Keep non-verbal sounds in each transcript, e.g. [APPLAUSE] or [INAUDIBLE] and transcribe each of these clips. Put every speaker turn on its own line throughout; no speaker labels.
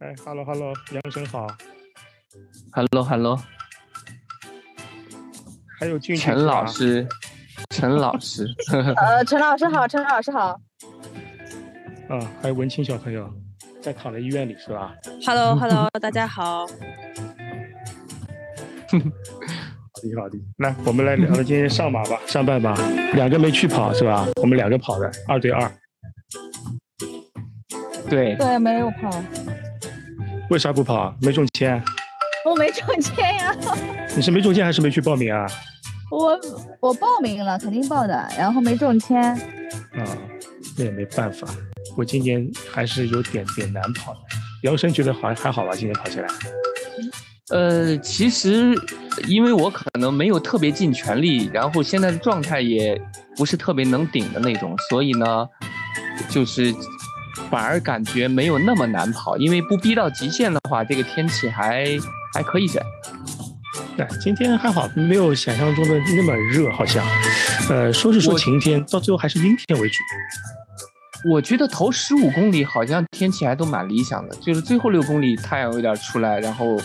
哎，hello hello，杨神好，
Hello Hello，
还有俊俊
陈
是
老
吧，
师，陈老师，
呃，陈老师好，陈老师好。
嗯，还有文清小朋友，在躺在医院里是吧？
h e l l o h e l
[LAUGHS]
l o 大家好。
好的好的，来，我们来聊聊今天上马吧，上半马，两个没去跑是吧？我们两个跑的二对二，
对，
对，没有跑，
为啥不跑？没中签？
我没中签呀。
你是没中签还是没去报名啊？
我我报名了，肯定报的，然后没中签。
啊、那也没办法，我今年还是有点点难跑的。杨生觉得好还好吧，今年跑起来。
呃，其实因为我可能没有特别尽全力，然后现在的状态也不是特别能顶的那种，所以呢，就是反而感觉没有那么难跑，因为不逼到极限的话，这个天气还还可以的。
对，今天还好，没有想象中的那么热，好像。呃，说是说
我
晴天，到最后还是阴天为主。
我觉得头十五公里好像天气还都蛮理想的，就是最后六公里太阳有点出来，然后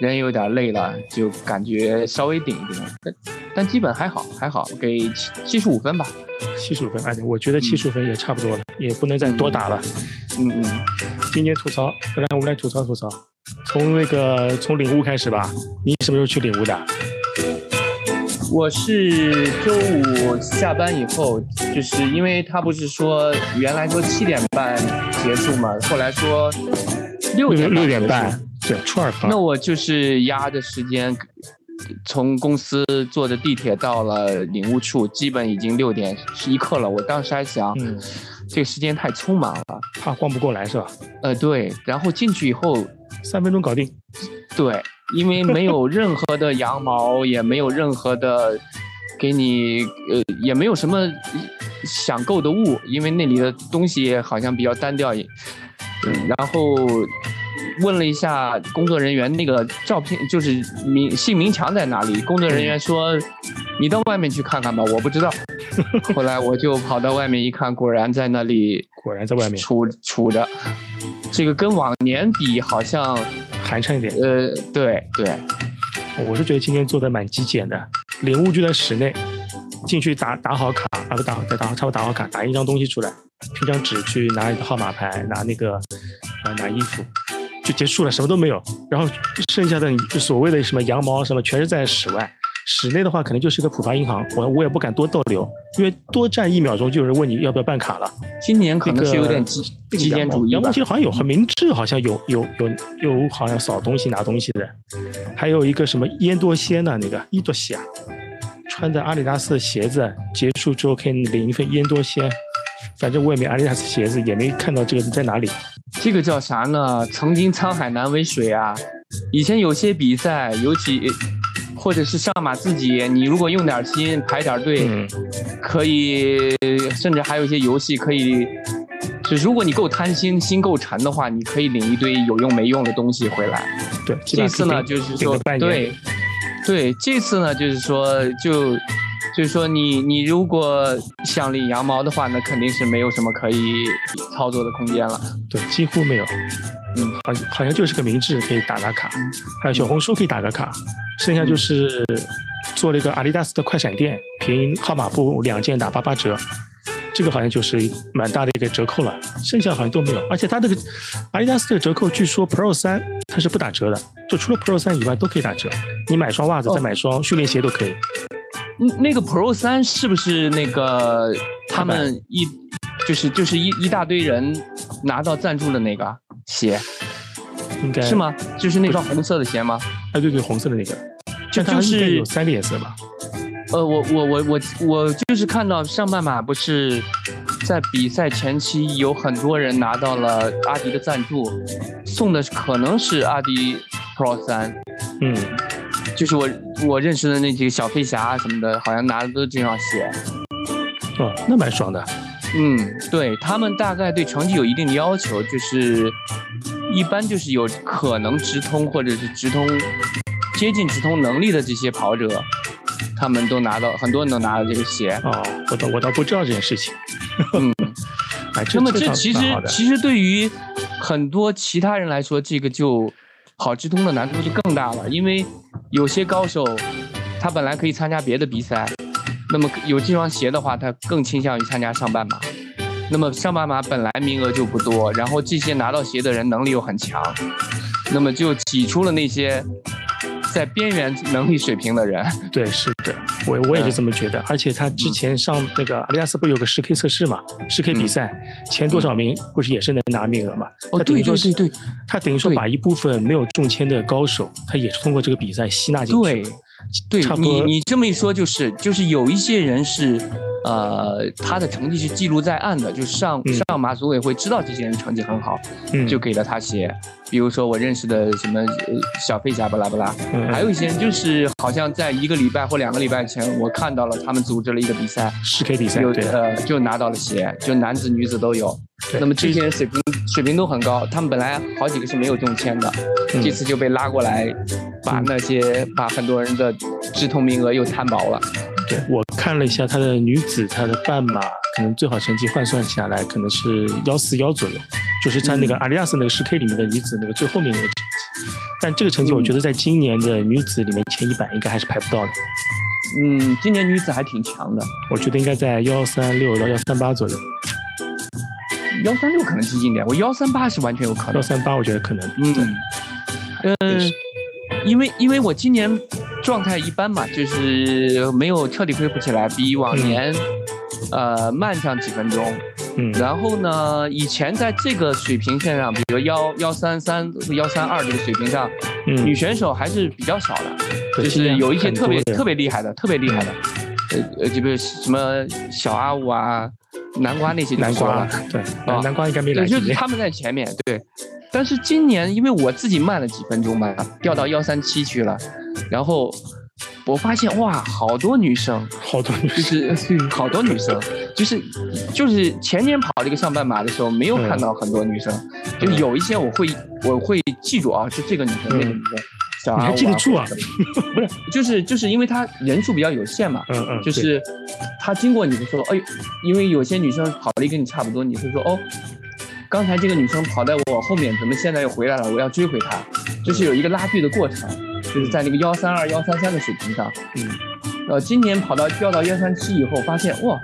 人也有点累了，就感觉稍微顶一顶，但但基本还好，还好，给七七十五分吧。
七十五分，哎，我觉得七十分也差不多了，也不能再多打了。
嗯嗯，
今天吐槽，来，我们来吐槽吐槽，从那个从领悟开始吧。你什么时候去领悟的？
我是周五下班以后，就是因为他不是说原来说七点半结束嘛，后来说六点
六点
结束
半，对，初二班
那。我就是压着时间，从公司坐着地铁到了领务处，基本已经六点十一刻了。我当时还想，
嗯
这个时间太匆忙了。
怕晃不过来是吧？
呃，对，然后进去以后，
三分钟搞定。
对，因为没有任何的羊毛，也没有任何的给你，呃，也没有什么想购的物，因为那里的东西好像比较单调。也嗯然后问了一下工作人员，那个照片就是明姓明强在哪里？工作人员说：“你到外面去看看吧，我不知道。”后来我就跑到外面一看，果然在那里
果然在外面
杵杵着。这个跟往年比，好像
寒碜一点。
呃，对对，
我是觉得今天做的蛮极简的，领悟就在室内，进去打打好卡啊，不打好再打好，差不多打好卡，打印一张东西出来，拼张纸去拿你的号码牌，拿那个啊拿衣服，就结束了，什么都没有。然后剩下的你所谓的什么羊毛啊什么，全是在室外。室内的话，可能就是个浦发银行，我我也不敢多逗留，因为多站一秒钟就有人问你要不要办卡了。
今年可能是有
那个
点极
那个
极简
羊毛
主义
羊毛
吧
其。实好像有，很明智，好像有有有有，好像扫东西拿东西的，还有一个什么烟多仙呐、那个伊多西啊，穿着阿迪达斯的鞋子，结束之后可以领一份烟多仙。反正我也没阿迪达斯鞋子，也没看到这个在哪里。
这个叫啥呢？曾经沧海难为水啊！以前有些比赛，尤其或者是上马自己，你如果用点心排点队，
嗯，
可以甚至还有一些游戏可以，就如果你够贪心、心够馋的话，你可以领一堆有用没用的东西回来。
对，基
这
本上
次呢，
顶
就是
顶
说
个半年
对对，这次呢就是说就就是说你你如果想领羊毛的话，那肯定是没有什么可以操作的空间了。
对几乎没有。
嗯，
好像好像就是个明智可以打打卡，还有小红书可以打个卡，剩下
嗯
就是做了一个阿迪达斯的快闪店，凭号码布两件打八八折，这个好像就是蛮大的一个折扣了，剩下好像都没有。而且它这个阿迪达斯这个折扣，据说 Pro 三它是不打折的，就除了 Pro 三以外都可以打折，你买双袜
哦
子再买双训练鞋都可以。
嗯那个 Pro 三是不是那个他
版
们一就是就是一一大堆人拿到赞助的那个啊鞋
应该
是？吗？就是那双红色的鞋吗？
哎，对对，红色的那个，
就
但它
就是
应该有三个颜色吧？
呃，我我我我我就是看到上半马不是在比赛前期有很多人拿到了阿迪的赞助，送的可能是阿迪 Pro 三，
嗯，
就是我我认识的那几个小飞侠啊什么的，好像拿的都是这双鞋。
哦，那蛮爽的。
嗯，对他们大概对成绩有一定的要求，就是一般就是有可能直通或者是直通接近直通能力的这些跑者，他们都拿到很多人都拿到这个鞋。
哦，我倒我倒不知道这件事情。
嗯，
[LAUGHS] 哎，这
那么
这
这
倒
其实
蛮好的
其实对于很多其他人来说，这个就跑直通的难度就更大了，因为有些高手他本来可以参加别的比赛，那么有这双鞋的话，他更倾向于参加上半马。那么上半马本来名额就不多，然后这些拿到鞋的人能力又很强，那么就挤出了那些在边缘能力水平的人。
对，是的，我我也是这么觉得。而且他之前上那个阿迪达斯不有个十 K 测试嘛，十 K 比赛、前多少名不是也是能拿名额嘛？
哦，
他等
对
于说
对对对
他等于说
对
把一部分没有中签的高手，他也是通过这个比赛吸纳进去。
对，对
差不
你
多
你这么一说，就是就是有一些人是，呃，他的成绩是记录在案的，就是上、
嗯
上马组委会知道这些人成绩很好，
嗯，
就给了他写。比如说我认识的什么呃小费侠巴拉巴拉，
嗯
还有一些人就是好像在一个礼拜或两个礼拜前，我看到了他们组织了一个比赛，
十 K 比赛，
有
对的，
呃就拿到了鞋，就男子女子都有。
对
那么这些人水平水平都很高，他们本来好几个是没有中签的，
嗯
这次就被拉过来，把那些把很多人的直通名额又摊薄了。
对我看了一下她的女子，她的半马可能最好成绩换算下来可能是幺四幺左右，就是在那个
嗯
阿迪达斯那个十 K 里面的女子那个最后面那个成绩。但这个成绩，我觉得在今年的女子里面前一百应该还是排不到的，
嗯，今年女子还挺强的，
我觉得应该在幺三六到幺三八左右，
嗯幺三六可能激进点，我幺三八是完全有可
幺
能。
三八我觉得可能。
嗯，
也
呃
是，
因为因为我今年状态一般嘛，就是没有彻底恢复起来，比往
嗯
年、呃慢上几分钟。
嗯，
然后呢，以前在这个水平线上，比如幺幺三三、幺三二这个水平上，
嗯
女，选手还是比较少的，
对
就
今
是
年
有一些
很
特别
多的嗯
特别厉害的，特别厉害的，呃呃，就比如什么小阿五啊、南瓜那些就
南
不说
瓜
了，，
对，南
啊
南瓜应该没来
对，
今
就是
年。
他们在前面对。但是今年因为我自己慢了几分钟嘛，掉到幺三七去了，然后我发现哇，好多女生，
好多女
[LAUGHS] 就
生，
是好多女生，就是就是前年跑这个上半马的时候，没有看到很多女生，就
嗯
有一些我会我会记住啊，是这个女生那个女生，小
你还
啊
记得
我
住啊
或者什么不是，就是就是因为她人数比较有限嘛，
嗯嗯，对
就是她经过你的时候，哎呦，因为有些女生跑的跟你差不多，你会说哦，刚才这个女生跑在我后面，怎么现在又回来了？我要追回她，就是有一个拉锯的过程，就是在那个幺三二幺三三的水平上。
嗯，
呃，今年跑到掉到幺三七以后，发现哇，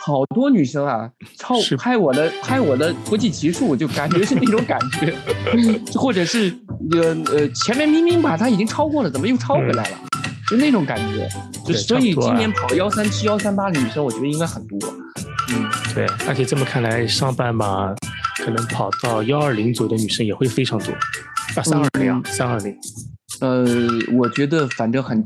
好多女生啊，超
是
拍我的拍我的不计其数，就感觉是那种感
[LAUGHS]
觉，或者是呃呃前面明明把她已经超过了，怎么又超回来了？就那种感觉，就
嗯对
所
差
以
不多啊
今年跑幺三七、幺三八的女生，我觉得应该很多。嗯，
对，而且这么看来，上半马可能跑到幺二零左右的女生也会非常多，啊，三二零，三二零，
呃，我觉得反正很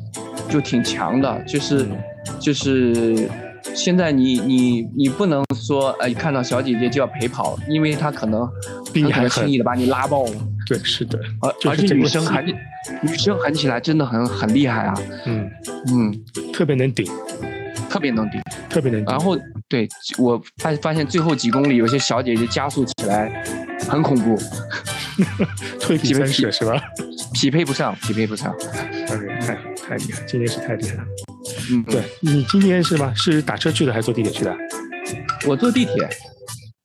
就挺强的，就是
嗯
就是现在你你你不能说哎、看到小姐姐就要陪跑，因为她可能
比你还
她可能
狠
轻易的把你拉爆了，
对，是的，
而、
就是
而且
这个
女生
戏
喊女生喊起来真的很很厉害啊，
嗯，
嗯，
特别能顶，
特别能顶。
特别能顶
然，后对我发发现最后几公里有些小姐姐加速起来很恐怖，
退避三舍是吧？
匹配不上，匹配不上。
哎太太厉害，今天是太厉害了。
嗯，
对，你今天是吧？是打车去的还是坐地铁去的？
我坐地铁，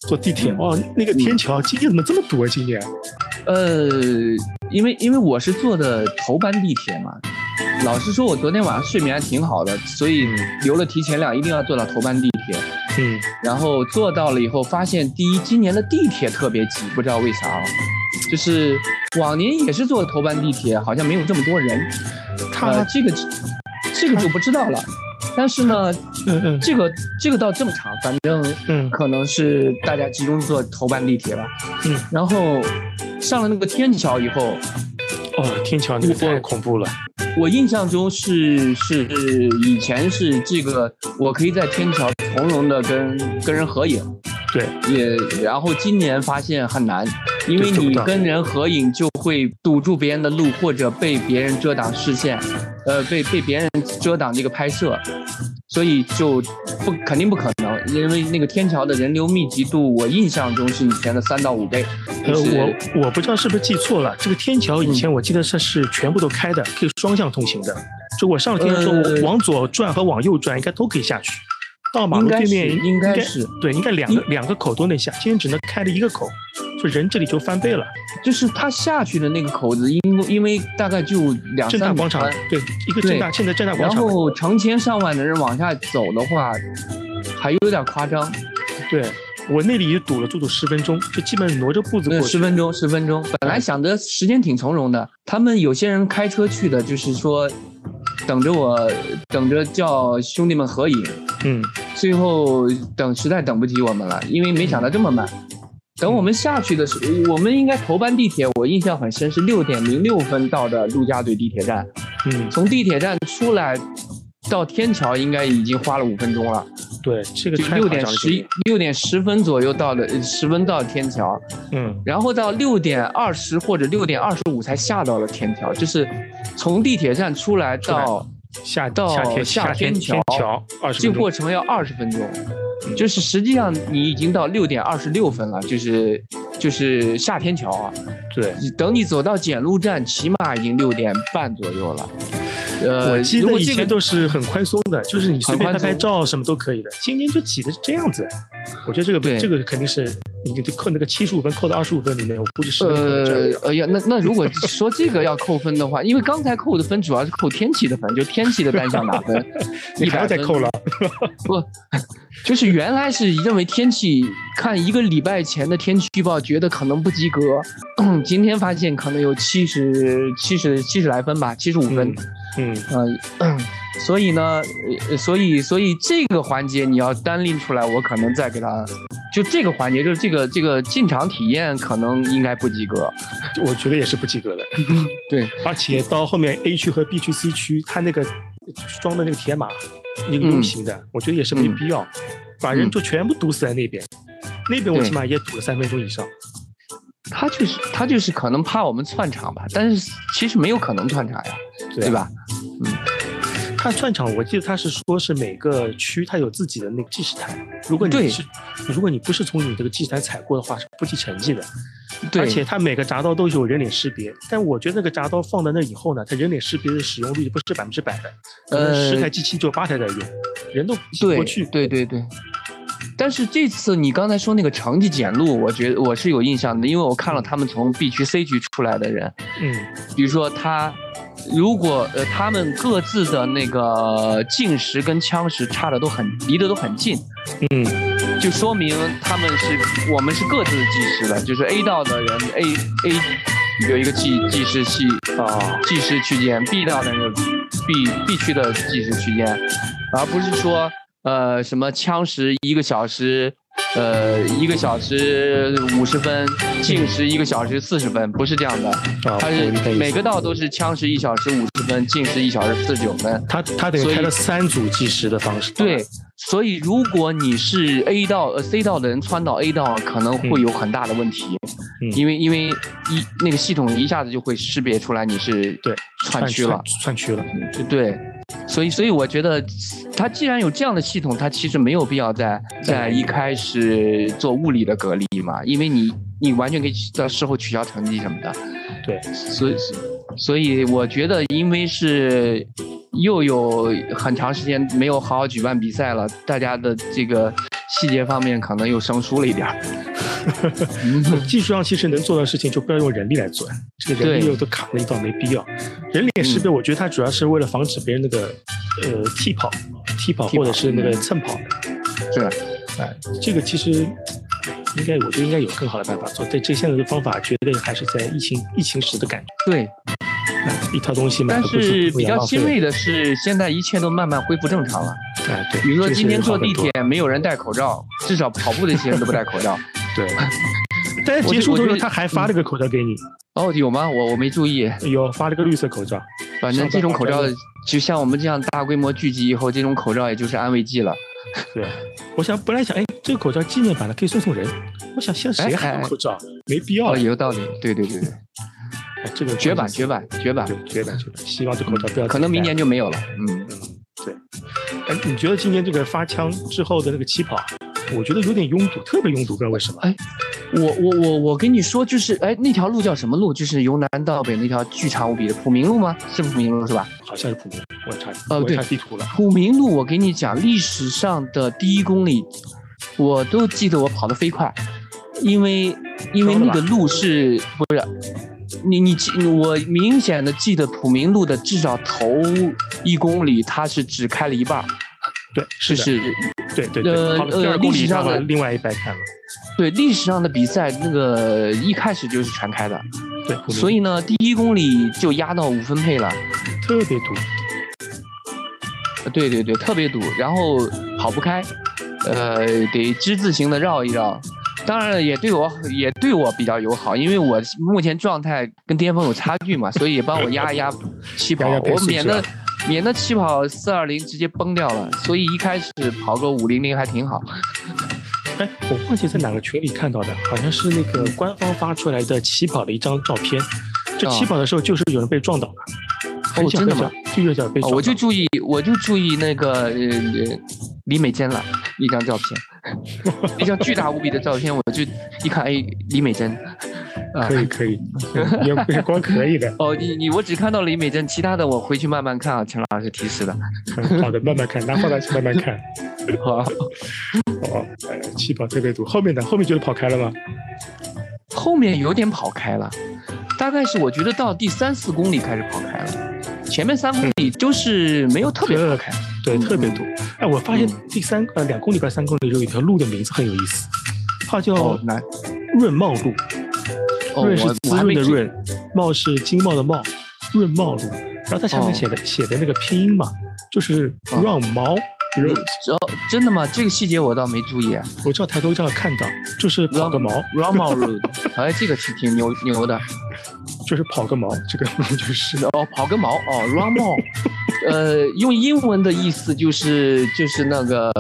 坐地铁
嗯
哦，那个天桥今天怎么这么堵啊？今天
呃，因为因为我是坐的头班地铁嘛，老实说，我昨天晚上睡眠还挺好的，所以留了提前量，一定要坐到头班地铁。
嗯，
然后坐到了以后，发现第一，今年的地铁特别挤，不知道为啥啊，就是往年也是坐头班地铁，好像没有这么多人。呃，
他
这个这个就不知道了。但是呢，
嗯嗯
这个这个倒正常，反正
嗯
可能是大家集中坐头班地铁吧。
嗯，
然后上了那个天桥以后，
哦，天桥那个太
我
恐怖了，
我印象中是是以前是这个，我可以在天桥从容的跟跟人合影，
对，
也然后今年发现很难，因为
对做不
你
到
跟人合影就会堵住别人的路，或者被别人遮挡视线，呃，被被别人遮挡这个拍摄，所以就不肯定不可能，因为那个天桥的人流密集度，我印象中是以前的三到五倍，
呃，
就是嗯
我我不知道是不是记错了，这个天桥以前我记得它是全部都开的，可以双向通行的。就我上天的时候，
呃
我往左转和往右转应该都可以下去，到马路
应该
对
是
面
应该
该
是
对，应该两个
应
两个口都能下，今天只能开了一个口，所就人这里就翻倍了。
就是它下去的那个口子，因为因为大概就两
正大
三米
广场
宽，
对，一个正大，现在正大广
然
场，
后成千上万的人往下走的话，还有点夸张。
对我那里堵了足足十分钟，就基本挪着步子
那
过去。
十分钟，十分钟。本来想着时间挺从容的，他们有些人开车去的，就是说等着我，等着叫兄弟们合影。
嗯，
最后等实在等不及我们了，因为没想到这么慢。等我们下去的时候，我们应该头班地铁，我印象很深是六点零六分到的陆家嘴地铁站。
嗯，
从地铁站出来到天桥，应该已经花了五分钟了。
对，这个
就
太
六
夸
点
张了。这
十
个
六点十分左右到的，十分到天桥，
嗯，
然后到六点二十或者六点二十五才下到了天桥，就是从地铁站出来到
下
到
夏天
下
夏天
天
天
桥
桥二十
进
分钟嗯
货，城要二十分钟，就是实际上你已经到六点二十六分了，就是就是下天桥啊，
对，
等你走到检录站，起码已经六点半左右了。
我
呃，
记
如
得
果
以
这个
前都是很宽松的，就是你随便
很
拍
宽松
拍照什么都可以的。今天就挤的是这样子，啊我觉得这个
对
这个肯定是你你扣那个七十五分扣到二十五分里面，我估计是，
呃呃呀，那那如果说这个要扣分的话，因为刚才扣的分主要是扣天气的分，就天气的单项打分
[LAUGHS] 你
一
还
百
要再扣了。
不，就是原来是认为天气看一个礼拜前的天气预报，觉得可能不及格，嗯今天发现可能有七十七十七十来分吧，七十五分。
嗯，
呃，所以呢，呃所以所以这个环节你要单拎出来，我可能再给他，就这个环节，就是这个这个进场体验可能应该不及格。
我觉得也是不及格的。
[LAUGHS] 对，
而且到后面 A 区和 B 区、C 区，它那个装的那个铁马，那
嗯
个 U 型的，我觉得也是没必要，把人就全部堵死在那边。那边我
对
起码也堵了三分钟以上。
他就是他就是可能怕我们窜场吧，但是其实没有可能窜场呀，对
啊
吧？
它串场，我记得它是说是每个区它有自己的那个计时台，如果你
对
是如果你不是从你这个计时台踩过的话，是不计成绩的。
对，
而且它每个闸刀都有人脸识别，但我觉得那个闸刀放在那以后呢，它人脸识别的使用率不是百分之百的，可能
呃
十台机器就有八台在用，人都挤不
对
过去。
对对对。但是这次你刚才说那个成绩检录，我觉得我是有印象的，因为我看了他们从 B 区、C 区出来的人，
嗯
比如说他，如果呃他们各自的那个进食跟枪食差的都很离得都很近，
嗯。
就说明他们是我们是各自计时的，就是 A 道的人 A A 有一个计计时系
啊，
计时区间，B 道的人有 B B 区的计时区间，而不是说呃什么枪时一个小时。呃，一个小时五十分，进时一个小时四十分，不是这样的。
啊
它
我
是
明白意思
每个道都是枪时一小时五十分，进时一小时四十九分。
他他等
所
于
以
开了三组计时的方式。
对，所以如果你是 A 道呃 C 道的人窜到 A 道，可能会有很大的问题，
嗯
因为因为一那个系统一下子就会识别出来你是
对
窜
串
区了，
串区了。
就对。所以，所以我觉得，它既然有这样的系统，它其实没有必要在在一开始做物理的隔离嘛，因为你你完全可以到事后取消成绩什么的。
对，
所以所以我觉得，因为是又有很长时间没有好好举办比赛了，大家的这个细节方面可能又生疏了一
[LAUGHS]
点儿。嗯
技术上其实能做的事情，就不要用人力来做，这个人力
对
又都卡了一道，没必要。人脸
嗯
识别，我觉得它主要是为了防止别人那个呃替跑、替跑
替跑
或
嗯
者是那个蹭跑。
是，
哎，这个其实。应该，我觉得应该有更好的办法做。对，这现在的方法绝对还是在疫情疫情时的感觉，
对。
哎一套东西买
但
了不
是
不
比较
要浪费
欣慰的是，现在一切都慢慢恢复正常了。
哎，对，
比如说
这是
今天
好
坐
很
地
多
铁，没有人戴口罩，至少跑步的一些人都不戴口罩。
对，
[LAUGHS]
但是
我
结
就
束
我
的时
觉
候
得
他还发了个口罩给你，
哦，有吗？我我没注意。
有发了个绿色口罩。
反正这种口罩
上班，
就像我们这样大规模聚集以后，这种口罩也就是安慰剂了。
对，我想本来想，哎，这个口罩纪念版的可以送送人。我想现在谁
哎
还
哎
有
哎
口罩？没必要
哦，
了。
也有道理。对对对对，
哎这个
绝
关
版
键
绝版绝版
是，，对绝版绝版。希望这口罩不要。
可能明年。就没有了。嗯，
嗯，对。哎，你觉得今年这个发枪之后的那个起跑，我觉得有点拥堵，特别拥堵，不知道为什么。
哎我我我我跟你说，就是哎，那条路叫什么路？就是由南到北那条巨长无比的普明路吗？是普明路是吧？
好像是普明，我查
哦
我
对
查地图了。
普明路，我给你讲，历史上的第一公里，我都记得我跑得飞快。因为因为
高了吧
那个路是不是？你你记，我明显的记得普明路的至少头一公里，它是只开了一半儿，
对，
就是
的，
是
对对对，
呃
跑了
呃
第二公
历
里
史
以
上
上了，
的
另外一半看了，
对历史上的比赛，那个一开始就是全开的，
对，普明
所以呢，第一公里就压到五分配了，
特别堵，
呃对对对，特别堵，然后跑不开，呃，得之字形的绕一绕。当然了，也对我也对我比较友好，因为我目前状态跟巅峰有差距嘛，所以也帮我压一压起跑，
压一压配啊
我
速
免
是吧
得免得起跑四二零直接崩掉了，所以一开始跑个五零零还挺好。
哎，我忘记在哪个群里看到的，好像是那个官方发出来的起跑的一张照片。这
啊
起跑的时候就是有人被撞倒了，很小
哦
很
真的
小
吗，
就有点被
哦
撞倒。
我就注意我就注意那个呃呃李美珍了，一
[LAUGHS]
张照片，一张巨大无比的照片，我就一看，哎，李美珍，啊
可以可以，嗯也不
[LAUGHS]
是光可以的。
哦，你你我只看到了李美珍，其他的我回去慢慢看啊。陈老师提示的，
嗯好的，慢慢看，拿放大镜慢慢看。
好，
哦，哎，起跑特别堵。后面的后面就是跑开了吗？
后面有点跑开了，大概是我觉得到第三四公里开始跑开了，前面三公里就是没有特
嗯
别跑开，
对，特别堵。哎，我发现
嗯
第三呃两公里快三公里有一条路的名字很有意思，它叫
哦，难，
润茂路。
哦，
润是
我我
滋
还
润
没
的
记，
润，茂是金茂的茂，润茂路。然后它下面
哦
写的、写的那个拼音嘛，就是
啊
run 毛。
哦，真的吗？这个细节我倒没注意啊。
我知道抬头这样看到，就是跑个毛，
Ramo Road，哎，
[LAUGHS]
这个挺挺牛牛的。
就是跑个毛，这个
[LAUGHS]
就是
哦，跑个毛哦，Ramo，呃，用英文的意思就是就是那个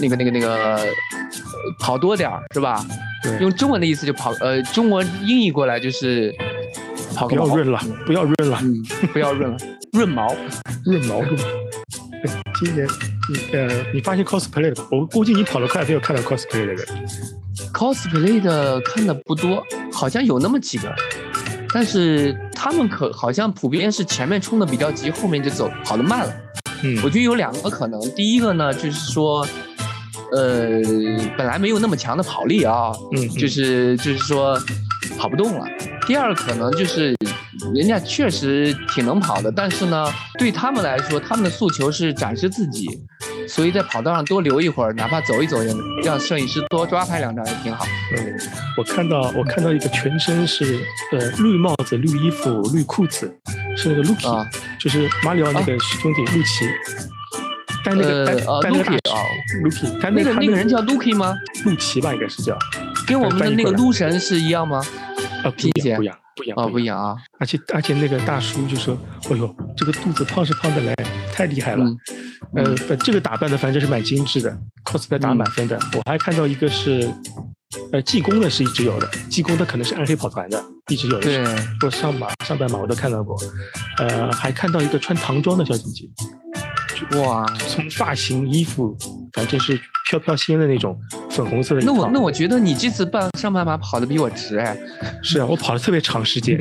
那个那个那个呃跑多点儿是吧？
对
用中文的意思就跑，呃，中文音译过来就是跑
不
个
要
毛，
润了，不要润了，
嗯，不要润了，润毛。
润毛路。对，今年你呃，你发现 cosplay 了吧？我估计你跑得快，没有看到 cosplay 的人。
cosplay 的看的不多，好像有那么几个，但是他们可好像普遍是前面冲的比较急，后面就走跑得慢了。
嗯
我觉得有两个可能，第一个呢就是说，呃，本来没有那么强的跑力啊，
嗯，
就
嗯
是就是说跑不动了。第二可能就是人家确实挺能跑的，但是呢，对他们来说，他们的诉求是展示自己，所以在跑道上多留一会儿，哪怕走一走也让摄影师多抓拍两张也挺好。
嗯，我看到我看到一个全身是呃绿帽子、绿衣服、绿裤子，是那个 Lucky，、
啊
就是马里奥那个兄弟陆琪，戴那个
呃
戴
呃
戴那个
Lucky 啊，
Lucky，他
那个
他
那个人叫 Lucky 吗？
陆琪吧，应该是叫，
跟我们的那个
翻译过来
撸神是一样吗？
啊，不一
拼写
样，不一样，不一样，
哦，不一
样。
样啊。
而且而且那个大叔就说：“哎呦，这个肚子胖是胖的来，太厉害了。
嗯嗯
呃，反这个打扮的反正是蛮精致的，cosplay 打满分的。我还看到一个是，呃，技工的是一直有的，技工的可能是暗黑跑团的，一直有的。
对，
我上马上半马我都看到过，呃，还看到一个穿唐装的小姐姐，
哇，
从发型、衣服，反正是飘飘仙的那种粉红色的一
那
套。
我那我觉得你这次半上半马跑的比我值哎。
是啊，我跑了特别长时
[LAUGHS]
间，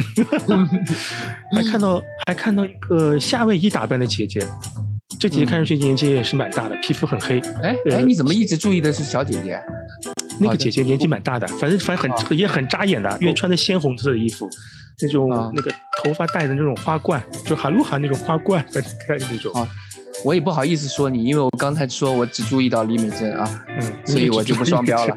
还看到还看到一个夏威夷打扮的姐姐，这姐姐看上去年纪也是蛮大的，皮肤很黑。
哎哎，你怎么一直注意的是小姐姐？
那
啊
个姐姐年纪蛮大的，反正反正很、也很扎眼的，因为穿的鲜红色的衣服，那种、
啊
那个头发戴的那种花冠，就韩露涵那种花冠，反正看着那种。
啊我也不好意思说你，因为我刚才说我只注意到李美珍啊，
嗯，
所以我就不双标
[LAUGHS]
了。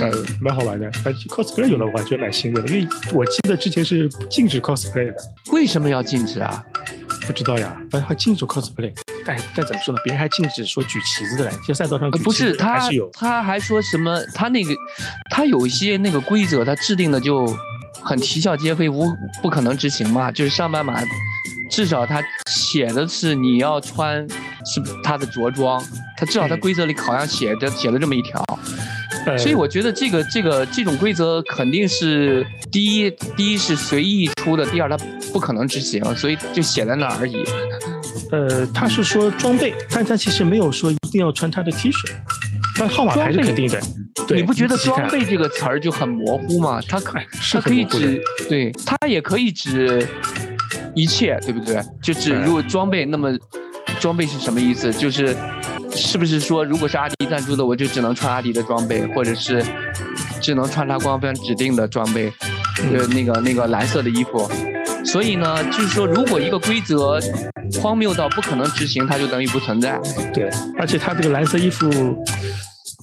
呃，蛮好玩的。反正 cosplay 有了，我还觉得蛮欣慰的，因为我记得之前是禁止 cosplay 的，
[LAUGHS] 为什么要禁止啊？
不知道呀，反正还禁止 cosplay。但但怎么说呢？别人还禁止说举旗子的嘞，就赛道上举旗
呃
子、
不是
还
他
是有，
他还说什么？他那个，他有一些那个规则，他制定的就很啼笑皆非，无不可能执行嘛。就是上半马，至少他写的是你要穿是他的着装，他至少他
嗯
规则里好像写着写了这么一条。
呃、
所以我觉得这个这个这种规则肯定是第一，第一是随意出的，第二它不可能执行，所以就写在那儿而已。
呃，他是说装备，但他其实没有说一定要穿他的 T 恤，但号码牌是肯定的。对，
你不觉得
仔细看
装？备这个词儿就很模糊吗？它可
哎是
它
很
可以
模糊的
指对，它也可以指一切，对不对？就指
对
如果装备，那么装备是什么意思？就是是不是说如果是阿迪赞助的，我就只能穿阿迪的装备，或者是只能穿他官方指定的装备，呃，
嗯
那个那个蓝色的衣服。所以呢，就是说，如果一个规则荒谬到不可能执行，它就等于不存在。
对，而且他这个蓝色衣服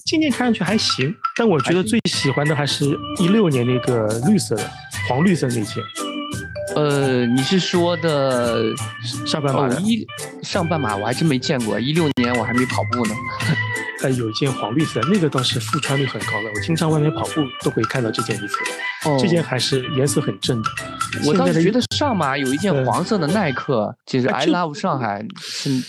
今年看上去还行，但我觉得最喜欢的还是一六年那个绿色的黄绿色那件
呃，你是说的
上半码的
哦，一上半马我还真没见过，一六年我还没跑步呢。
呃，有一件黄绿色，那个倒是复穿率很高的，我经常外面跑步都会看到这件衣服，
哦，
这件还是颜色很正的。
我
现
倒
在
是
的
觉得上马有一件
嗯
黄色的耐克，就是
啊
I
就
Love 上海，是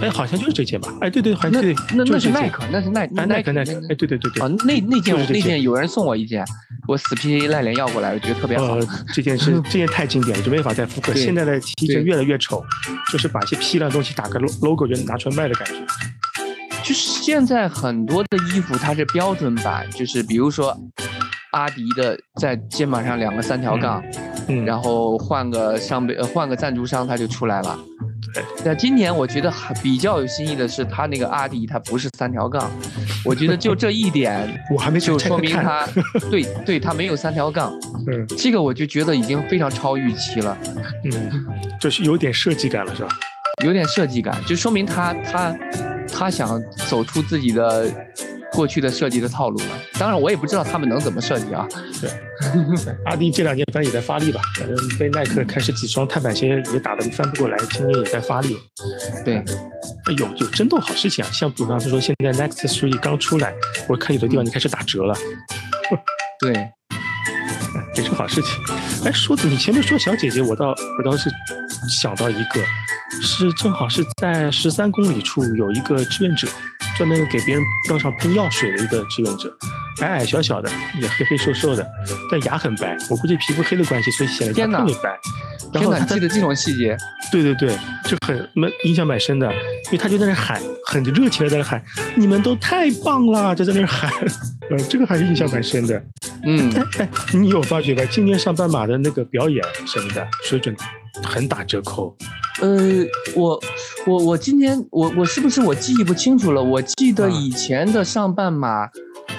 哎，好像就是这件吧？哎，对对，好像
那
对，
那
就
那
是
是
这
耐
件
克，那是耐
啊，耐克耐
耐
克，哎，
那
对对对对，
啊，那那件
就是这
那
件
件有人送我一件，我死皮赖脸要过来，我觉得特别好
呃。，这件
[LAUGHS]
是这件太经典了，就没法再复刻。
对
现在的 T 恤
对
越来越丑，就是把一些批量东西打个 lo- logo 就拿出来卖的感觉。
就是现在很多的衣服它是标准版，就是比如说阿迪的在肩膀上两个三条杠，
嗯，
然后换个上背呃换个赞助商它就出来了
对。
那今年我觉得还比较有新意的是，它那个阿迪它不是三条杠，我觉得就这一点
我 [LAUGHS] 还没
就
拆
说
开
明
看，
它对对它没有三
[LAUGHS]
条杠，
嗯
这个我就觉得已经非常超预期了。
嗯，就是有点设计感了，是吧？
有点设计感，就说明他他他想走出自己的过去的设计的套路了。当然，我也不知道他们能怎么设计啊。
阿迪这两年反正也在发力吧，反正被耐克开始几双碳板鞋也打得翻不过来，今年也在发力。
对，
哎有有争斗好事情啊，像比方说现在 Next Three 刚出来，我看有的地方就开始打折了，
对，
也是个好事情。哎，说的你前面说小姐姐，我倒我倒是想到一个，是正好是在十三公里处有一个志愿者，专门给别人标上喷药水的一个志愿者，矮矮小小的，也黑黑瘦瘦的，但牙很白，我估计皮肤黑的关系，所以显得牙
天哪
特别白。然
天
后
哪，
他
你记得这种细节？
对对对，就很蛮印象蛮深的，因为他就在那喊，很热情的在那喊，你们都太棒了，就在那喊， [LAUGHS] 呃，这个还是印象蛮深的。
嗯，
你有发觉吧？今年上半马的那个表演什么的水准很打折扣，
呃，我我我今天我我是不是我记忆不清楚了？我记得
啊
以前的上半马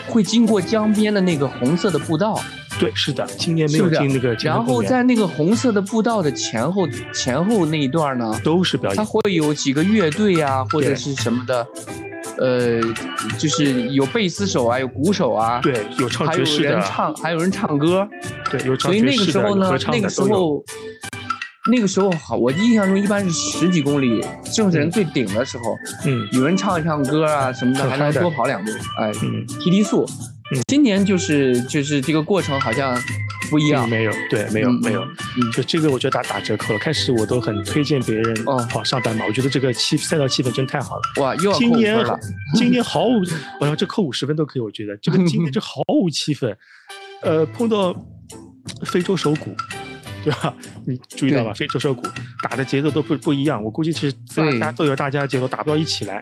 会经过江边的那个红色的步道，
对，是的，今年没有
是的
进那个金
然
门公
后
园
在那个红色的步道的前后前后那一段呢，
都是表
它
演，
会有几个乐队啊，或
对
者是什么的，呃，就是有贝斯手啊，有鼓手啊，，
对，有唱
还
爵
有
士
人
的，
唱，还有人唱歌，
对，有唱
所以
爵
那个
士
时
的，
候
有
呢
合，唱
那
的
个时
都有。
候，那个时候好，我印象中一般是十几公里，正是人最顶的时候，
嗯
有人唱一唱歌啊什么的，
很
还
嗨
能
的
多跑两步，哎，
嗯，
提提速
嗯。
今年就是就是这个过程好像不一样
并，没有，对，没有
嗯
没有，
嗯
就这个我觉得打打折扣了。开始我都很推荐别人
哦
跑上半马，我觉得这个气赛道气氛真太好了。
哇，又要
今
扣五
年
分了。
今年毫无，我要这扣五十分都可以，我觉得这个今年这毫无气氛。呃，碰到非洲手鼓，对吧？你注意到吧？非洲手鼓打的节奏都不不一样，我估计是大
对
家都有大家的节奏打不到一起来，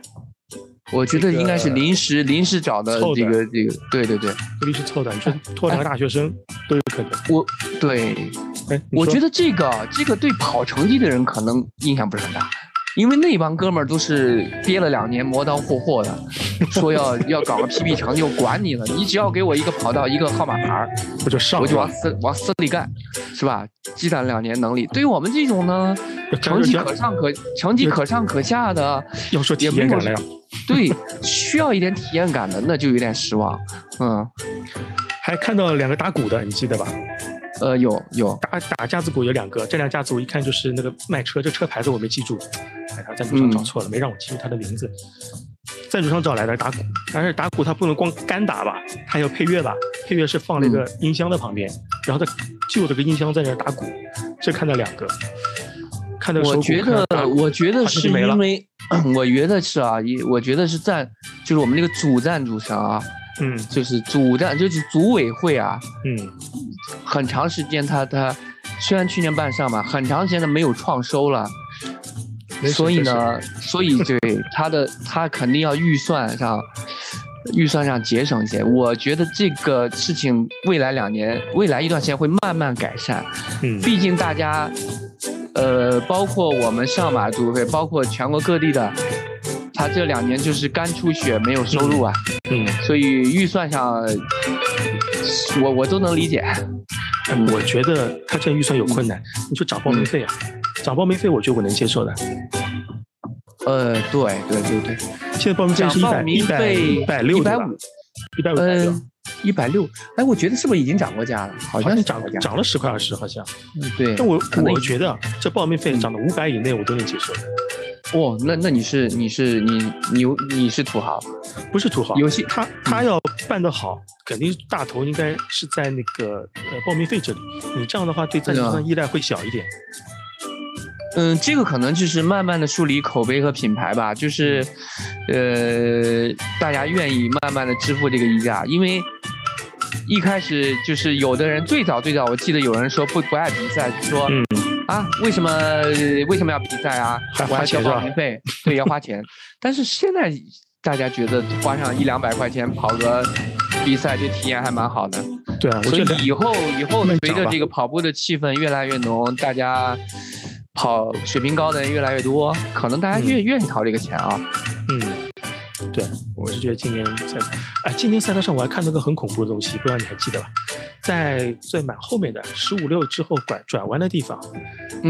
我觉得应该是
这个
临时临时找的
凑的
这个这个，对对对，
这里是 [LAUGHS] 凑的。你说
哎
拖两个大学生都有可能。
我对
哎，
我觉
得
得这个这个对跑成绩的人可能影响不是很大，因为那帮哥们儿都是憋了两年磨刀霍霍的，说要 [LAUGHS] 要搞个 PB 成绩，我管你了，你只要给我一个跑道一个号码牌儿，
我就上
我就啊
了
往，死往死里干，是吧？积攒两年能力，对于我们这种呢，成绩可上可成绩可上可下的，
要说体
也
验
没有
感了呀。
对，需要一点体验感的，那就有点失望。嗯，
还看到两个打鼓的，你记得吧？
呃，有有，
打打架子鼓有两个，这辆架子鼓一看就是那个卖车，这车牌子我没记住，哎，他赞
嗯
助商找错了，没让我记住他的名字。赞助商找来的打鼓，但是打鼓他不能光干打吧，他要配乐吧，配乐是放
嗯
那个音箱的旁边，然后他就着个音箱在那儿打鼓，这看到两个，看到手
我
鼓
觉
看到
得
打，鼓
我觉得
好像啊就是没了
因为，我觉得是啊，一我觉得是赞，就是我们这个主赞助商啊，
嗯
就是主赞，就是组委会啊，
嗯，
很长时间他他虽然去年办上嘛，很长时间他没有创收了，
没事
所以
没事
呢，所以对他的他肯定要预算上。预算上节省一些，我觉得这个事情未来两年、未来一段时间会慢慢改善。
嗯
毕竟大家，呃，包括我们上马组委会，包括全国各地的，他他这两年就是干出血，没有收入啊，
嗯，
所以预算上，我我都能理 [LAUGHS] 解。
哎
嗯
我觉得他这预算有困难，你就涨报名费啊，
嗯
涨报名费我觉得我能接受的。
呃，对对对对，
现在报名费是
讲
一
报
百
名
一百
费
一百六
一百
对吧？
五，
一百五十六，
嗯，一百六。哎，我觉得是不是已经涨过价了？好
好
像
像
是
涨
过价。
涨了十块二十好像。
嗯对，
但我
可能
我觉得啊这报名费涨到五百以内我都能接受，
哦，那那你是你是你你你是土豪，
不是土豪。
游戏
他他要办得好，肯定大头应该是在那个呃报名费这里。你这样的话，对赞助
对
商
啊
依赖会小一点。
嗯，这个可能就是慢慢的树立口碑和品牌吧，就是，呃，大家愿意慢慢的支付这个溢价，因为一开始就是有的人最早最早，我记得有人说不不爱比赛，说、
嗯
啊为什么为什么要比赛啊
还，
我
花
还交
钱是吧
报名费，对，要花钱。但是现在大家觉得花上一两百块钱跑个比赛，这体验还蛮好的。
对啊，我
所
觉
以
得
以后以后
慢
随
点吧
着这个跑步的气氛越来越浓，大家跑水平高的人越来越多，可能大家越、愿意掏这个钱啊。
嗯，对，我是觉得今年赛，哎，今年赛道上我还看到个很恐怖的东西，不知道你还记得吧？在最满后面的十五六之后拐转弯的地方，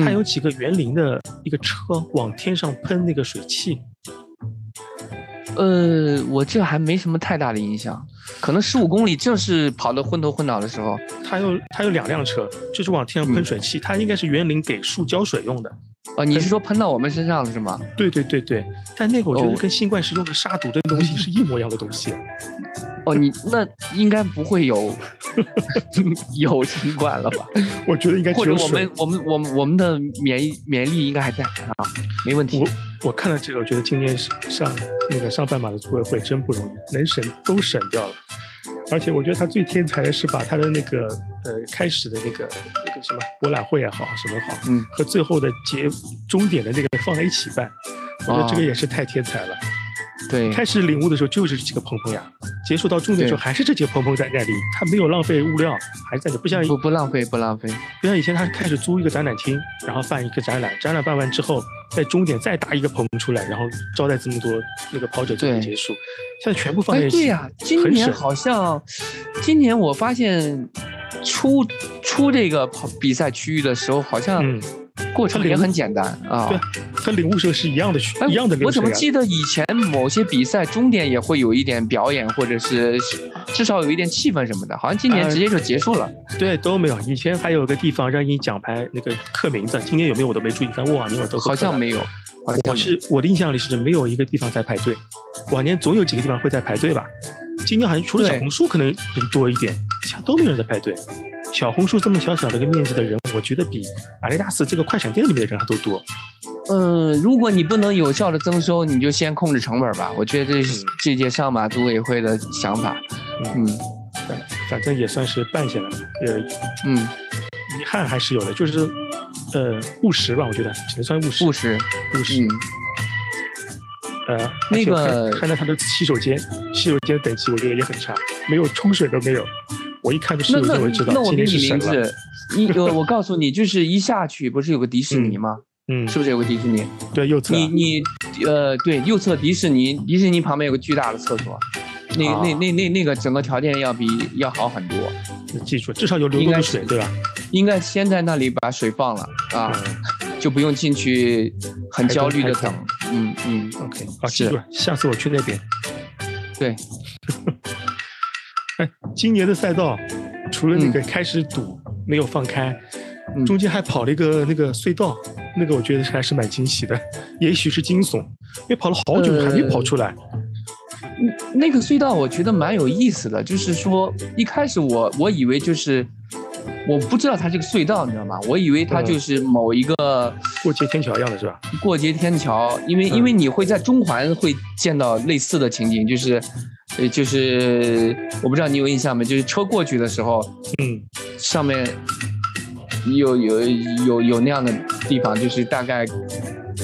它有几个园林的一个车往天上喷那个水汽，
嗯、呃，我这还没什么太大的影响，可能十五公里正是跑得昏头昏脑的时候。
它有它有两辆车，就是往天上喷水汽，它应该是园林给树浇水用的。
呃，你是
[LAUGHS]
说喷到我们身上了是吗？
对对对对，但那个我觉得
哦
跟新冠时用的杀毒的东西是一模一样的东西。
哦，你那应该不会
[LAUGHS]
有有新冠了吧？
我觉得应该
或
只
者
有
我
水
们。我们我们我们的免疫免疫力应该还在啊，没问题
我。我看了这个，我觉得今年上那个上半马的组委会真不容易，能省都省掉了。而且我觉得他最天才的是把他的那个呃开始的那个那个什么博览会也好什么好，
嗯，
和最后的结终点的那个放在一起办，我觉得这个也是太天才了。
对。
开始领悟的时候就是这几个蓬蓬呀，结束到终点的时候还是这几个蓬蓬在那里，他没有浪费物料，还在那，不像
不不浪费，不浪费。
不像以前，他开始租一个展览厅，然后办一个展览，展览办完之后，在终点再搭一个棚出来，然后招待这么多那个跑者才能
对
结束。现在全部放在
哎，
一
对
起，
呀、今
很
年
省
好像，今年我发现出出这个跑比赛区域的时候，好像
嗯，
过程也很简单啊。
对他领悟时候是一样的，
哎，
一样的流
我怎
程啊
么
呀。
记得以前某些比赛终点也会有一点表演，或者是至少有一点气氛什么的，好像今年
呃
直接就结束了。
对，都没有。以前还有个地方让你奖牌那个刻名字，今年有没有我都没注意，但往年我都会
好
刻
像
的。
没有，好像
我是我的印象里是没有一个地方在排队，往年总有几个地方会在排队吧。今年好像除了
对
小红书可能人多一点，其他都没有人在排队。小红书这么小小的一个面积的人，我觉得比阿迪达斯这个快闪店里面的人还都多。
嗯、如果你不能有效的增收，你就先控制成本吧。我觉得这是
嗯
这届上马组委会的想法。
嗯，
嗯
反反正也算是办下来了，呃，
嗯，
遗憾还是有的，就是呃务实吧，我觉得只能算务实。
务实。
务实，
嗯。
呃，
那
而且
个
看看到他的洗手间，洗手间等级我觉得也很差，没有冲水都没有。我一看就洗
那
手
那
间，我就知
那
道
我
今
给
天是
你
神
名
了。
字，一呃，我告诉你，就是一下去不是有个迪士尼吗？
嗯，
是不是有个迪士尼？
对，右侧啊。
你你呃，对，右侧迪士尼，迪士尼旁边有个巨大的厕所，那
啊
那那那那个整个条件要比要好很多，
记住，至少有流
应
动
该
的
是
水，对吧？
应该先在那里把水放了啊，
嗯
就不用进去很焦虑的
排队
等。嗯嗯，
，OK，好，
是
记住了，下次我去那边。
对，
哎，今年的赛道除了那个开始堵、没有放开，
嗯
中间还跑了一个那个隧道，那个我觉得还是蛮惊喜的，也许是惊悚，因为跑了好久
呃
还没跑出来。
嗯那个隧道我觉得蛮有意思的，就是说一开始我我以为就是。我不知道它是个隧道，你知道吗？我以为它
嗯
就是某一个
过街天桥一样的是吧？
过街天桥，因为
嗯
因为你会在中环会见到类似的情景，就是，呃，就是呃我不知道你有印象没，就是车过去的时候，
嗯，
上面有有有有那样的地方，就是大概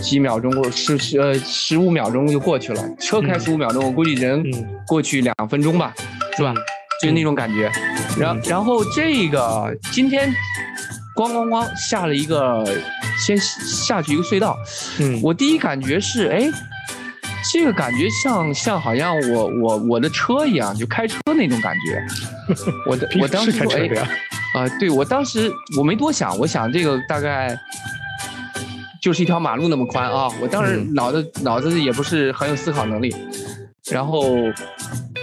几秒钟过十十呃十五秒钟就过去了，车开
嗯
十五秒钟，我估计人
嗯
过去两分钟吧，是吧？就那种感觉。然
嗯
然后这个今天咣咣咣下了一个，先下去一个隧道。
嗯，
我第一感觉是，哎，这个感觉像像好像我我我的车一样，就开车那种感
[LAUGHS]
觉。我的
平
我
时
当
是
时
开
说，
车
哎
的，呀，
啊、对我当时我没多想，我想这个大概就是一条马路那么宽啊。我当时
嗯
脑子、脑子也不是很有思考能力，然后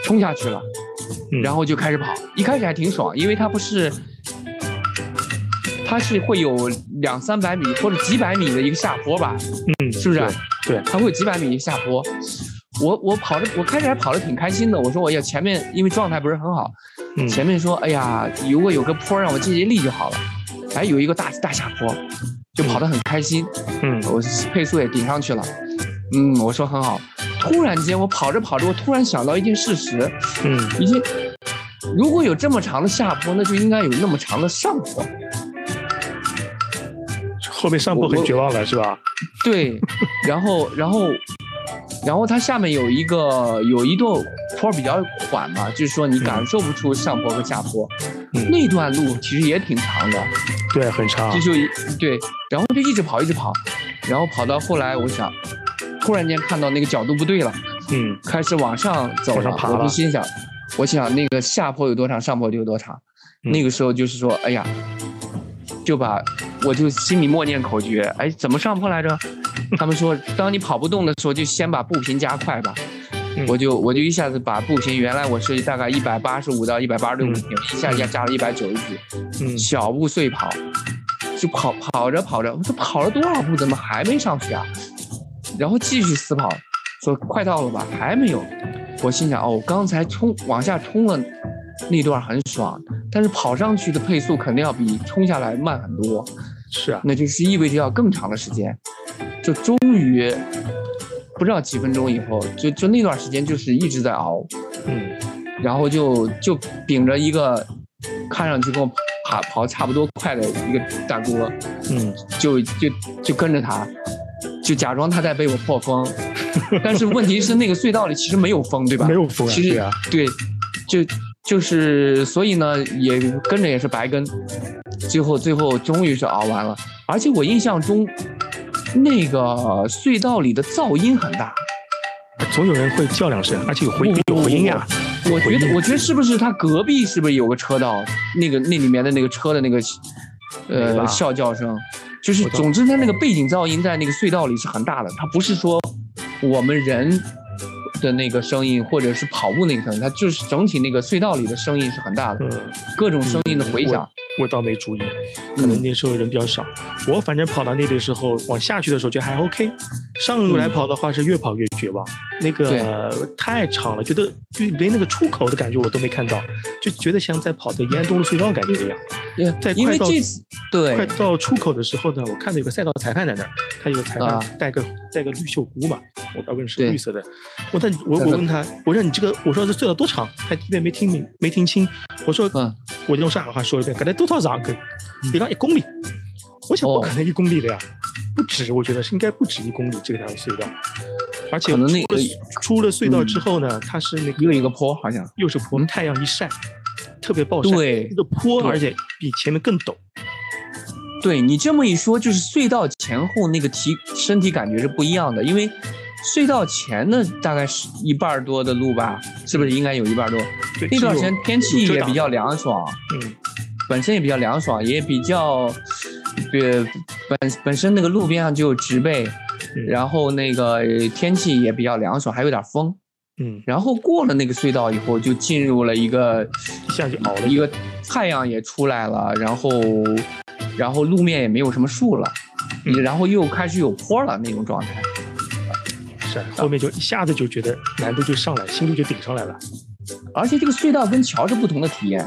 冲下去了，
嗯
然后就开始跑。一开始还挺爽，因为它不是。它是会有两三百米或者几百米的一个下坡吧，
嗯，
是不啊是？
对对
它会有几百米下坡。我我跑着，我开始还跑得挺开心的。我说我要前面，因为状态不是很好，
嗯，
前面说，哎呀，如果有个坡让我借借力就好了。哎，有一个大大下坡，就跑得很开心，
嗯
我配速也顶上去了。嗯，我说很好。突然间，我跑着跑着，我突然想到一件事实：
嗯
一件，如果有这么长的下坡，那就应该有那么长的上坡。
后面上坡很绝望了，是吧？
对，然后然后然后它下面有一个有一段坡比较缓嘛，就是说你感受不出上坡和下坡。
嗯
那段路其实也挺长的，
对，很长
这。就一对，然后就一直跑一直跑，然后跑到后来我想，突然间看到那个角度不对了，
嗯
开始往上走
往上
了，
爬
我就
了
心想，我心想那个下坡有多长，上坡就有多长。
嗯
那个时候就是说，哎呀，就把我就心里默念口诀，哎，怎么上坡来着？他们说，当你跑不动的时候，就先把步频加快吧。
嗯
我就我就一下子把步频，原来我是大概一百八十五到一百八十六步频，一下下加了一百九十几。
嗯
小步碎跑，就跑跑着跑着，我说跑了多少步，怎么还没上去啊？然后继续死跑，说快到了吧，还没有。我心想，哦，我刚才冲往下冲了那段很爽，但是跑上去的配速肯定要比冲下来慢很多，
是啊，
那就是意味着要更长的时间。就终于不知道几分钟以后，就就那段时间就是一直在熬，
嗯
然后就就秉着一个看上去跟我跑跑差不多快的一个大哥，
嗯
就就就跟着他，就假装他在被我破风， [LAUGHS] 但是问题是那个隧道里其实没有风，对吧？
没有风啊，
其实
对啊，
对，就就是所以呢，也跟着也是白跟，最后最后终于是熬完了。而且我印象中，那个隧道里的噪音很大，
总有人会叫两声，而且有回
不
有回音啊。
我觉
回
得，
应
我觉得是不是他隔壁是不是有个车道？那个那里面的那个车的那个，
没吧
呃，啸叫声，就是
我懂
总之他那个背景噪音在那个隧道里是很大的，它不是说我们人的那个声音或者是跑步那个声音，它就是整体那个隧道里的声音是很大的，
嗯，
各种声音的回响。
我倒没注意，可能
嗯
那时候人比较少。我反正跑到那里的时候，往下去的时候觉得还 OK。上路来跑的话是越跑越绝望，那
对
个太长了，觉得就连那个出口的感觉我都没看到，就觉得像在跑的延安东路隧道感觉一样。在
因为
嗯快到
这次
快
对
到出口的时候呢，我看到有个赛道裁判在那儿，他有个裁判
啊
戴个戴个绿袖箍嘛，我倒问是
对
绿色的。我但我
戴
我
个
问他，我说你这个，我说这隧道多长？他一遍没听明没听清，我说
嗯
我就用上海话说一遍，搿才多少长？搿伊讲一公里，我想不
哦
可能一公里的呀，不止，我觉得是应该不止一公里这条隧道，而且
可能那
出了出了隧道
嗯
之后呢，它是那
又
个
一个坡好像
又是坡，太阳一晒，特别暴晒，
对
那个坡
对
而且比前面更陡，
对你这么一说，就是隧道前后那个体身体感觉是不一样的，因为隧道前的大概是一半儿多的路吧，是不是应该有一半儿多？
对
那段时间
是有
天气
有遮
也
挡
比较凉爽，
嗯。
本身也比较凉爽，也比较，呃，本本身那个路边上就有植被，然后那个呃天气也比较凉爽，还有点风。
嗯，
然后过了那个隧道以后，就进入了一个
一下就熬了
一个太阳也出来了，然后然后路面也没有什么树了，
嗯
然后又开始有坡了那种状态。
是后面就一下子就觉得难度就上来，心率就顶上来了。
而且这个隧道跟桥是不同的体验，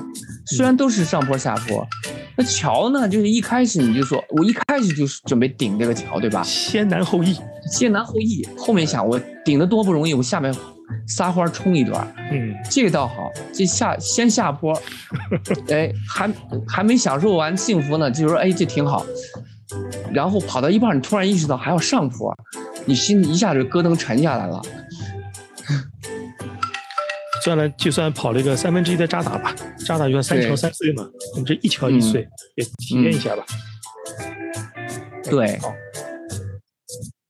虽然都是上坡下坡，那桥呢，就是一开始你就说，我一开始就是准备顶这个桥，对吧？
先难后易，
先难后易，后面想我顶得多不容易，我下面撒欢冲一段，
嗯，
这个倒好，这下先下坡，哎，还还没享受完幸福呢，就说哎这挺好，然后跑到一半，你突然意识到还要上坡，你心里一下就咯噔沉下来了。
算了，就算跑了一个三分之一的扎打吧，扎打就算三
对嗯
桥三碎嘛，我们这一桥一碎、也体验一下吧。
对，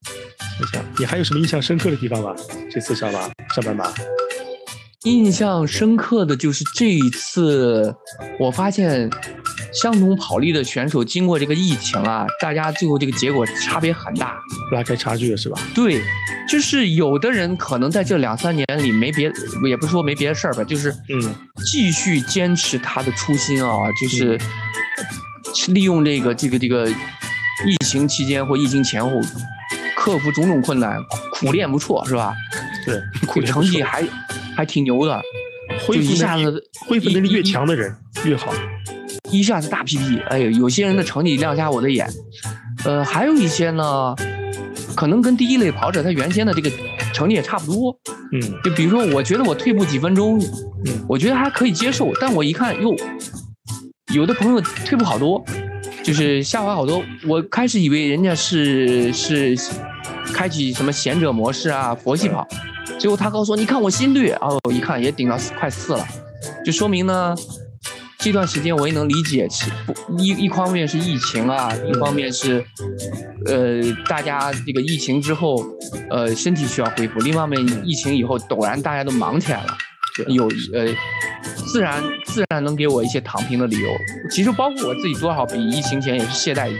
一下，你还有什么印象深刻的地方吗？这次上马上半马，
印象深刻的就是这一次，我发现相同跑力的选手经过这个疫情啊，大家最后这个结果差别很大。
拉开差距了是吧？
对，就是有的人可能在这两三年里没别，也不是说没别的事儿吧，就是
嗯
继续坚持他的初心啊，就是
嗯
利用这个这个这个疫情期间或疫情前后，克服种种困难，苦练不辍是吧？
嗯对，
这个成绩还还挺牛的，
恢
就一
复
下
能力
子
恢复能力
一
越强的人越好。
一下子大 PP，哎呦，有些人的成绩亮瞎我的眼，呃，还有一些呢，可能跟第一类跑者他原先的这个成绩也差不多，
嗯
就比如说我觉得我退步几分钟，
嗯
我觉得还可以接受，但我一看哟，有的朋友退步好多，就是下滑好多，我开始以为人家是是开启什么贤者模式啊，佛系跑，最后他告诉我，你看我心率哦，我一看也顶到四快四了，就说明呢，这段时间我也能理解，其不一一方面是疫情啊，一方面是，呃，大家这个疫情之后，呃，身体需要恢复，另一方面疫情以后陡然大家都忙起来了，有呃，自然自然能给我一些躺平的理由。其实包括我自己多少比疫情前也是懈怠一些，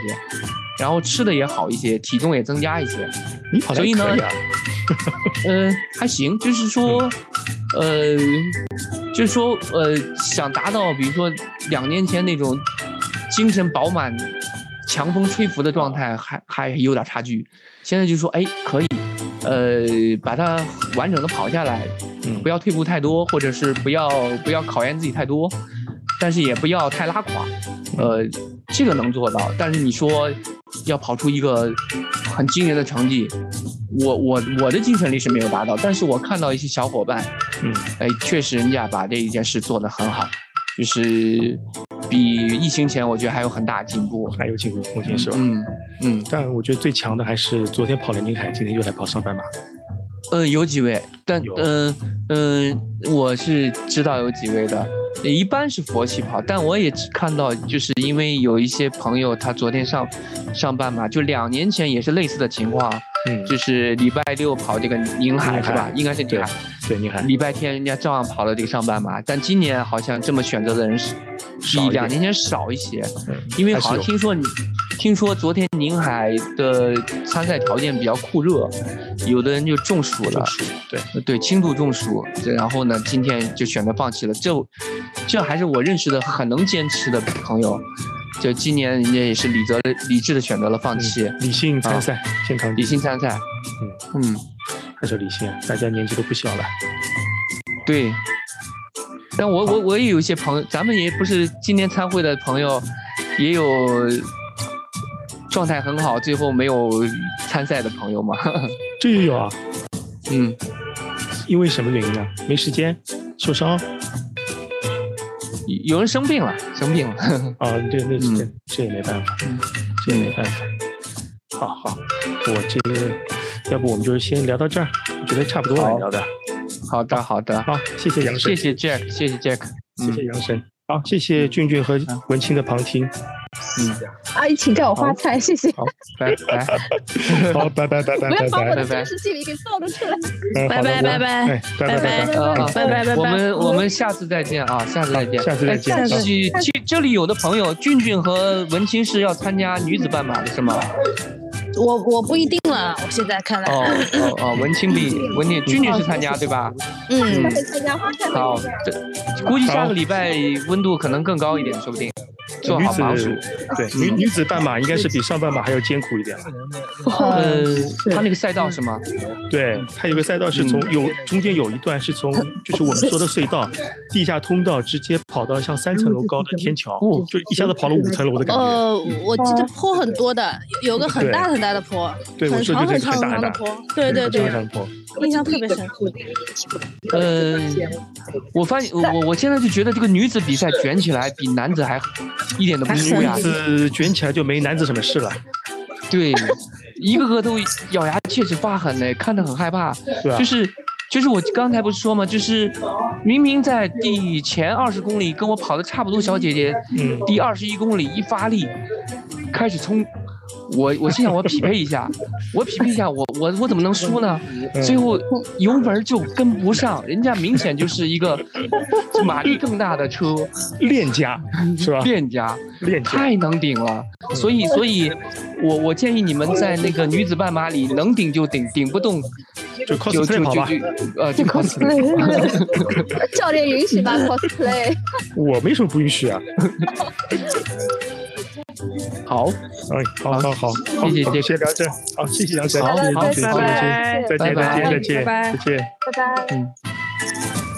然后吃的也好一些，体重也增加一些。
你跑的
所以呢
可以啊，
呃，还行，就是说，呃，就是说，呃，想达到比如说两年前那种精神饱满、强风吹拂的状态还，还有点差距。现在就说，哎，可以，呃，把它完整的跑下来，
嗯
不要退步太多，或者是不要不要考验自己太多，但是也不要太拉垮，呃，这个能做到。但是你说要跑出一个很惊人的成绩，我我我的精神力是没有达到，但是我看到一些小伙伴，
嗯
哎，确实人家把这一件事做得很好，就是比疫情前我觉得还有很大进步。
还有进步空间是吧？
嗯嗯，
但我觉得最强的还是昨天跑了宁海，今天又来跑上半马。
呃，有几位，但
有
嗯嗯、我是知道有几位的，一般是佛系跑，但我也只看到，就是因为有一些朋友他昨天上上半马，就两年前也是类似的情况，
嗯，
就是礼拜六跑这个宁海
宁海
是吧？应该是这
对
样，
对，宁海嗯
礼拜天人家照样跑了这个上半马，但今年好像这么选择的人是
少
比
一点
两年前少一些，
嗯
因为
还是
好像
有
听说你，听说昨天宁海的参赛条件比较酷热，有的人就中暑了
中，暑，对，
对，轻度中暑。这然后呢，今天就选择放弃了。这，这还是我认识的很能坚持的朋友。就今年人家也是理则理智的选择了
嗯
放弃，
理性参赛，健康
理性参赛。嗯，
还是理性啊，大家年纪都不小了。
对。但我我我也有一些朋友，咱们也不是今年参会的朋友，也有状态很好，最后没有参赛的朋友嘛。 [LAUGHS]
这也有啊，
嗯，
因为什么原因呢？没时间，受伤
有人生病了，生病了。 [LAUGHS]
啊，对，那
嗯
这这也没办法
嗯，
这也没办法。好好，我这个，要不我们就先聊到这儿，我觉得差不多了
好
聊的。
好的，好的，
好，谢嗯谢杨生，
谢谢 Jack，谢谢 Jack，
谢谢杨生，好，谢谢俊俊和文清的旁听，
嗯，
阿姨，请叫我花菜，谢谢。
拜拜。
好，拜拜拜拜
不要把我
拜
的
拜
真实心里给暴露出来。
嗯好的
拜拜
我
拜拜
哎拜拜拜
拜
拜，
啊，
拜拜拜拜
我们我们下次再见啊，下次再见。
下次再见
哎
下次
这这这里有的朋友，俊俊和文清是要参加女子半马的是吗？
我我不一定了，我现在看来，
哦哦哦，文清比文清俊俊是参加对吧？
嗯
嗯，
参加花菜
好，这估计下个礼拜温度可能更高一点，说不定。做
女
好防暑。嗯
子对女女子半马应该是比上半马还要艰苦一点了。
嗯
呃，他那个赛道是吗？
对，它有个赛道是从
嗯
有中间有一段是从就是我们说的隧
[LAUGHS]
道、地下通道直接跑到像三层楼高的天桥，
哦
就一下子跑了五层楼的感觉。
呃，我记得坡很多的，有有个很大很大的坡，
对，我
很
说
长
就
很
这个
长
很
很
大
长
很
的
大。
坡，对对对，
长坡。
印象特别深。
呃，我发现我我现在就觉得这个女子比赛卷起来比男子还一点都不输呀
女。子卷起来就没男子什么事了，
对，一个个都咬牙切齿发狠呢，看得很害怕。
对吧啊
就？是就是我刚才不是说吗？就是明明在第前二十公里跟我跑的差不多，小姐姐
嗯，
第二十一公里一发力，开始冲，我我心想我匹配一下，我匹配一下，我我我怎么能输呢？
嗯
最后油门就跟不上，人家明显就是一个 [LAUGHS] 马力更大的车，
嗯练家是吧？
店家
练家，
太能顶了。所以所以，我我建议你们在那个女子半马里能顶就顶，顶不动
就
就就
cosplay
就
跑
就
吧。
呃就 cosplay。
cosplay，教练
[LAUGHS]
允许吗？cosplay，
我没什么不允许啊。
好，
哎，好好好，好
谢谢
好
谢谢
谢梁振，好，谢谢梁晨，
好
谢谢
好
梁晨，再
拜
见，再见，再见，再
拜
见，
拜拜
再见。
拜拜。
嗯。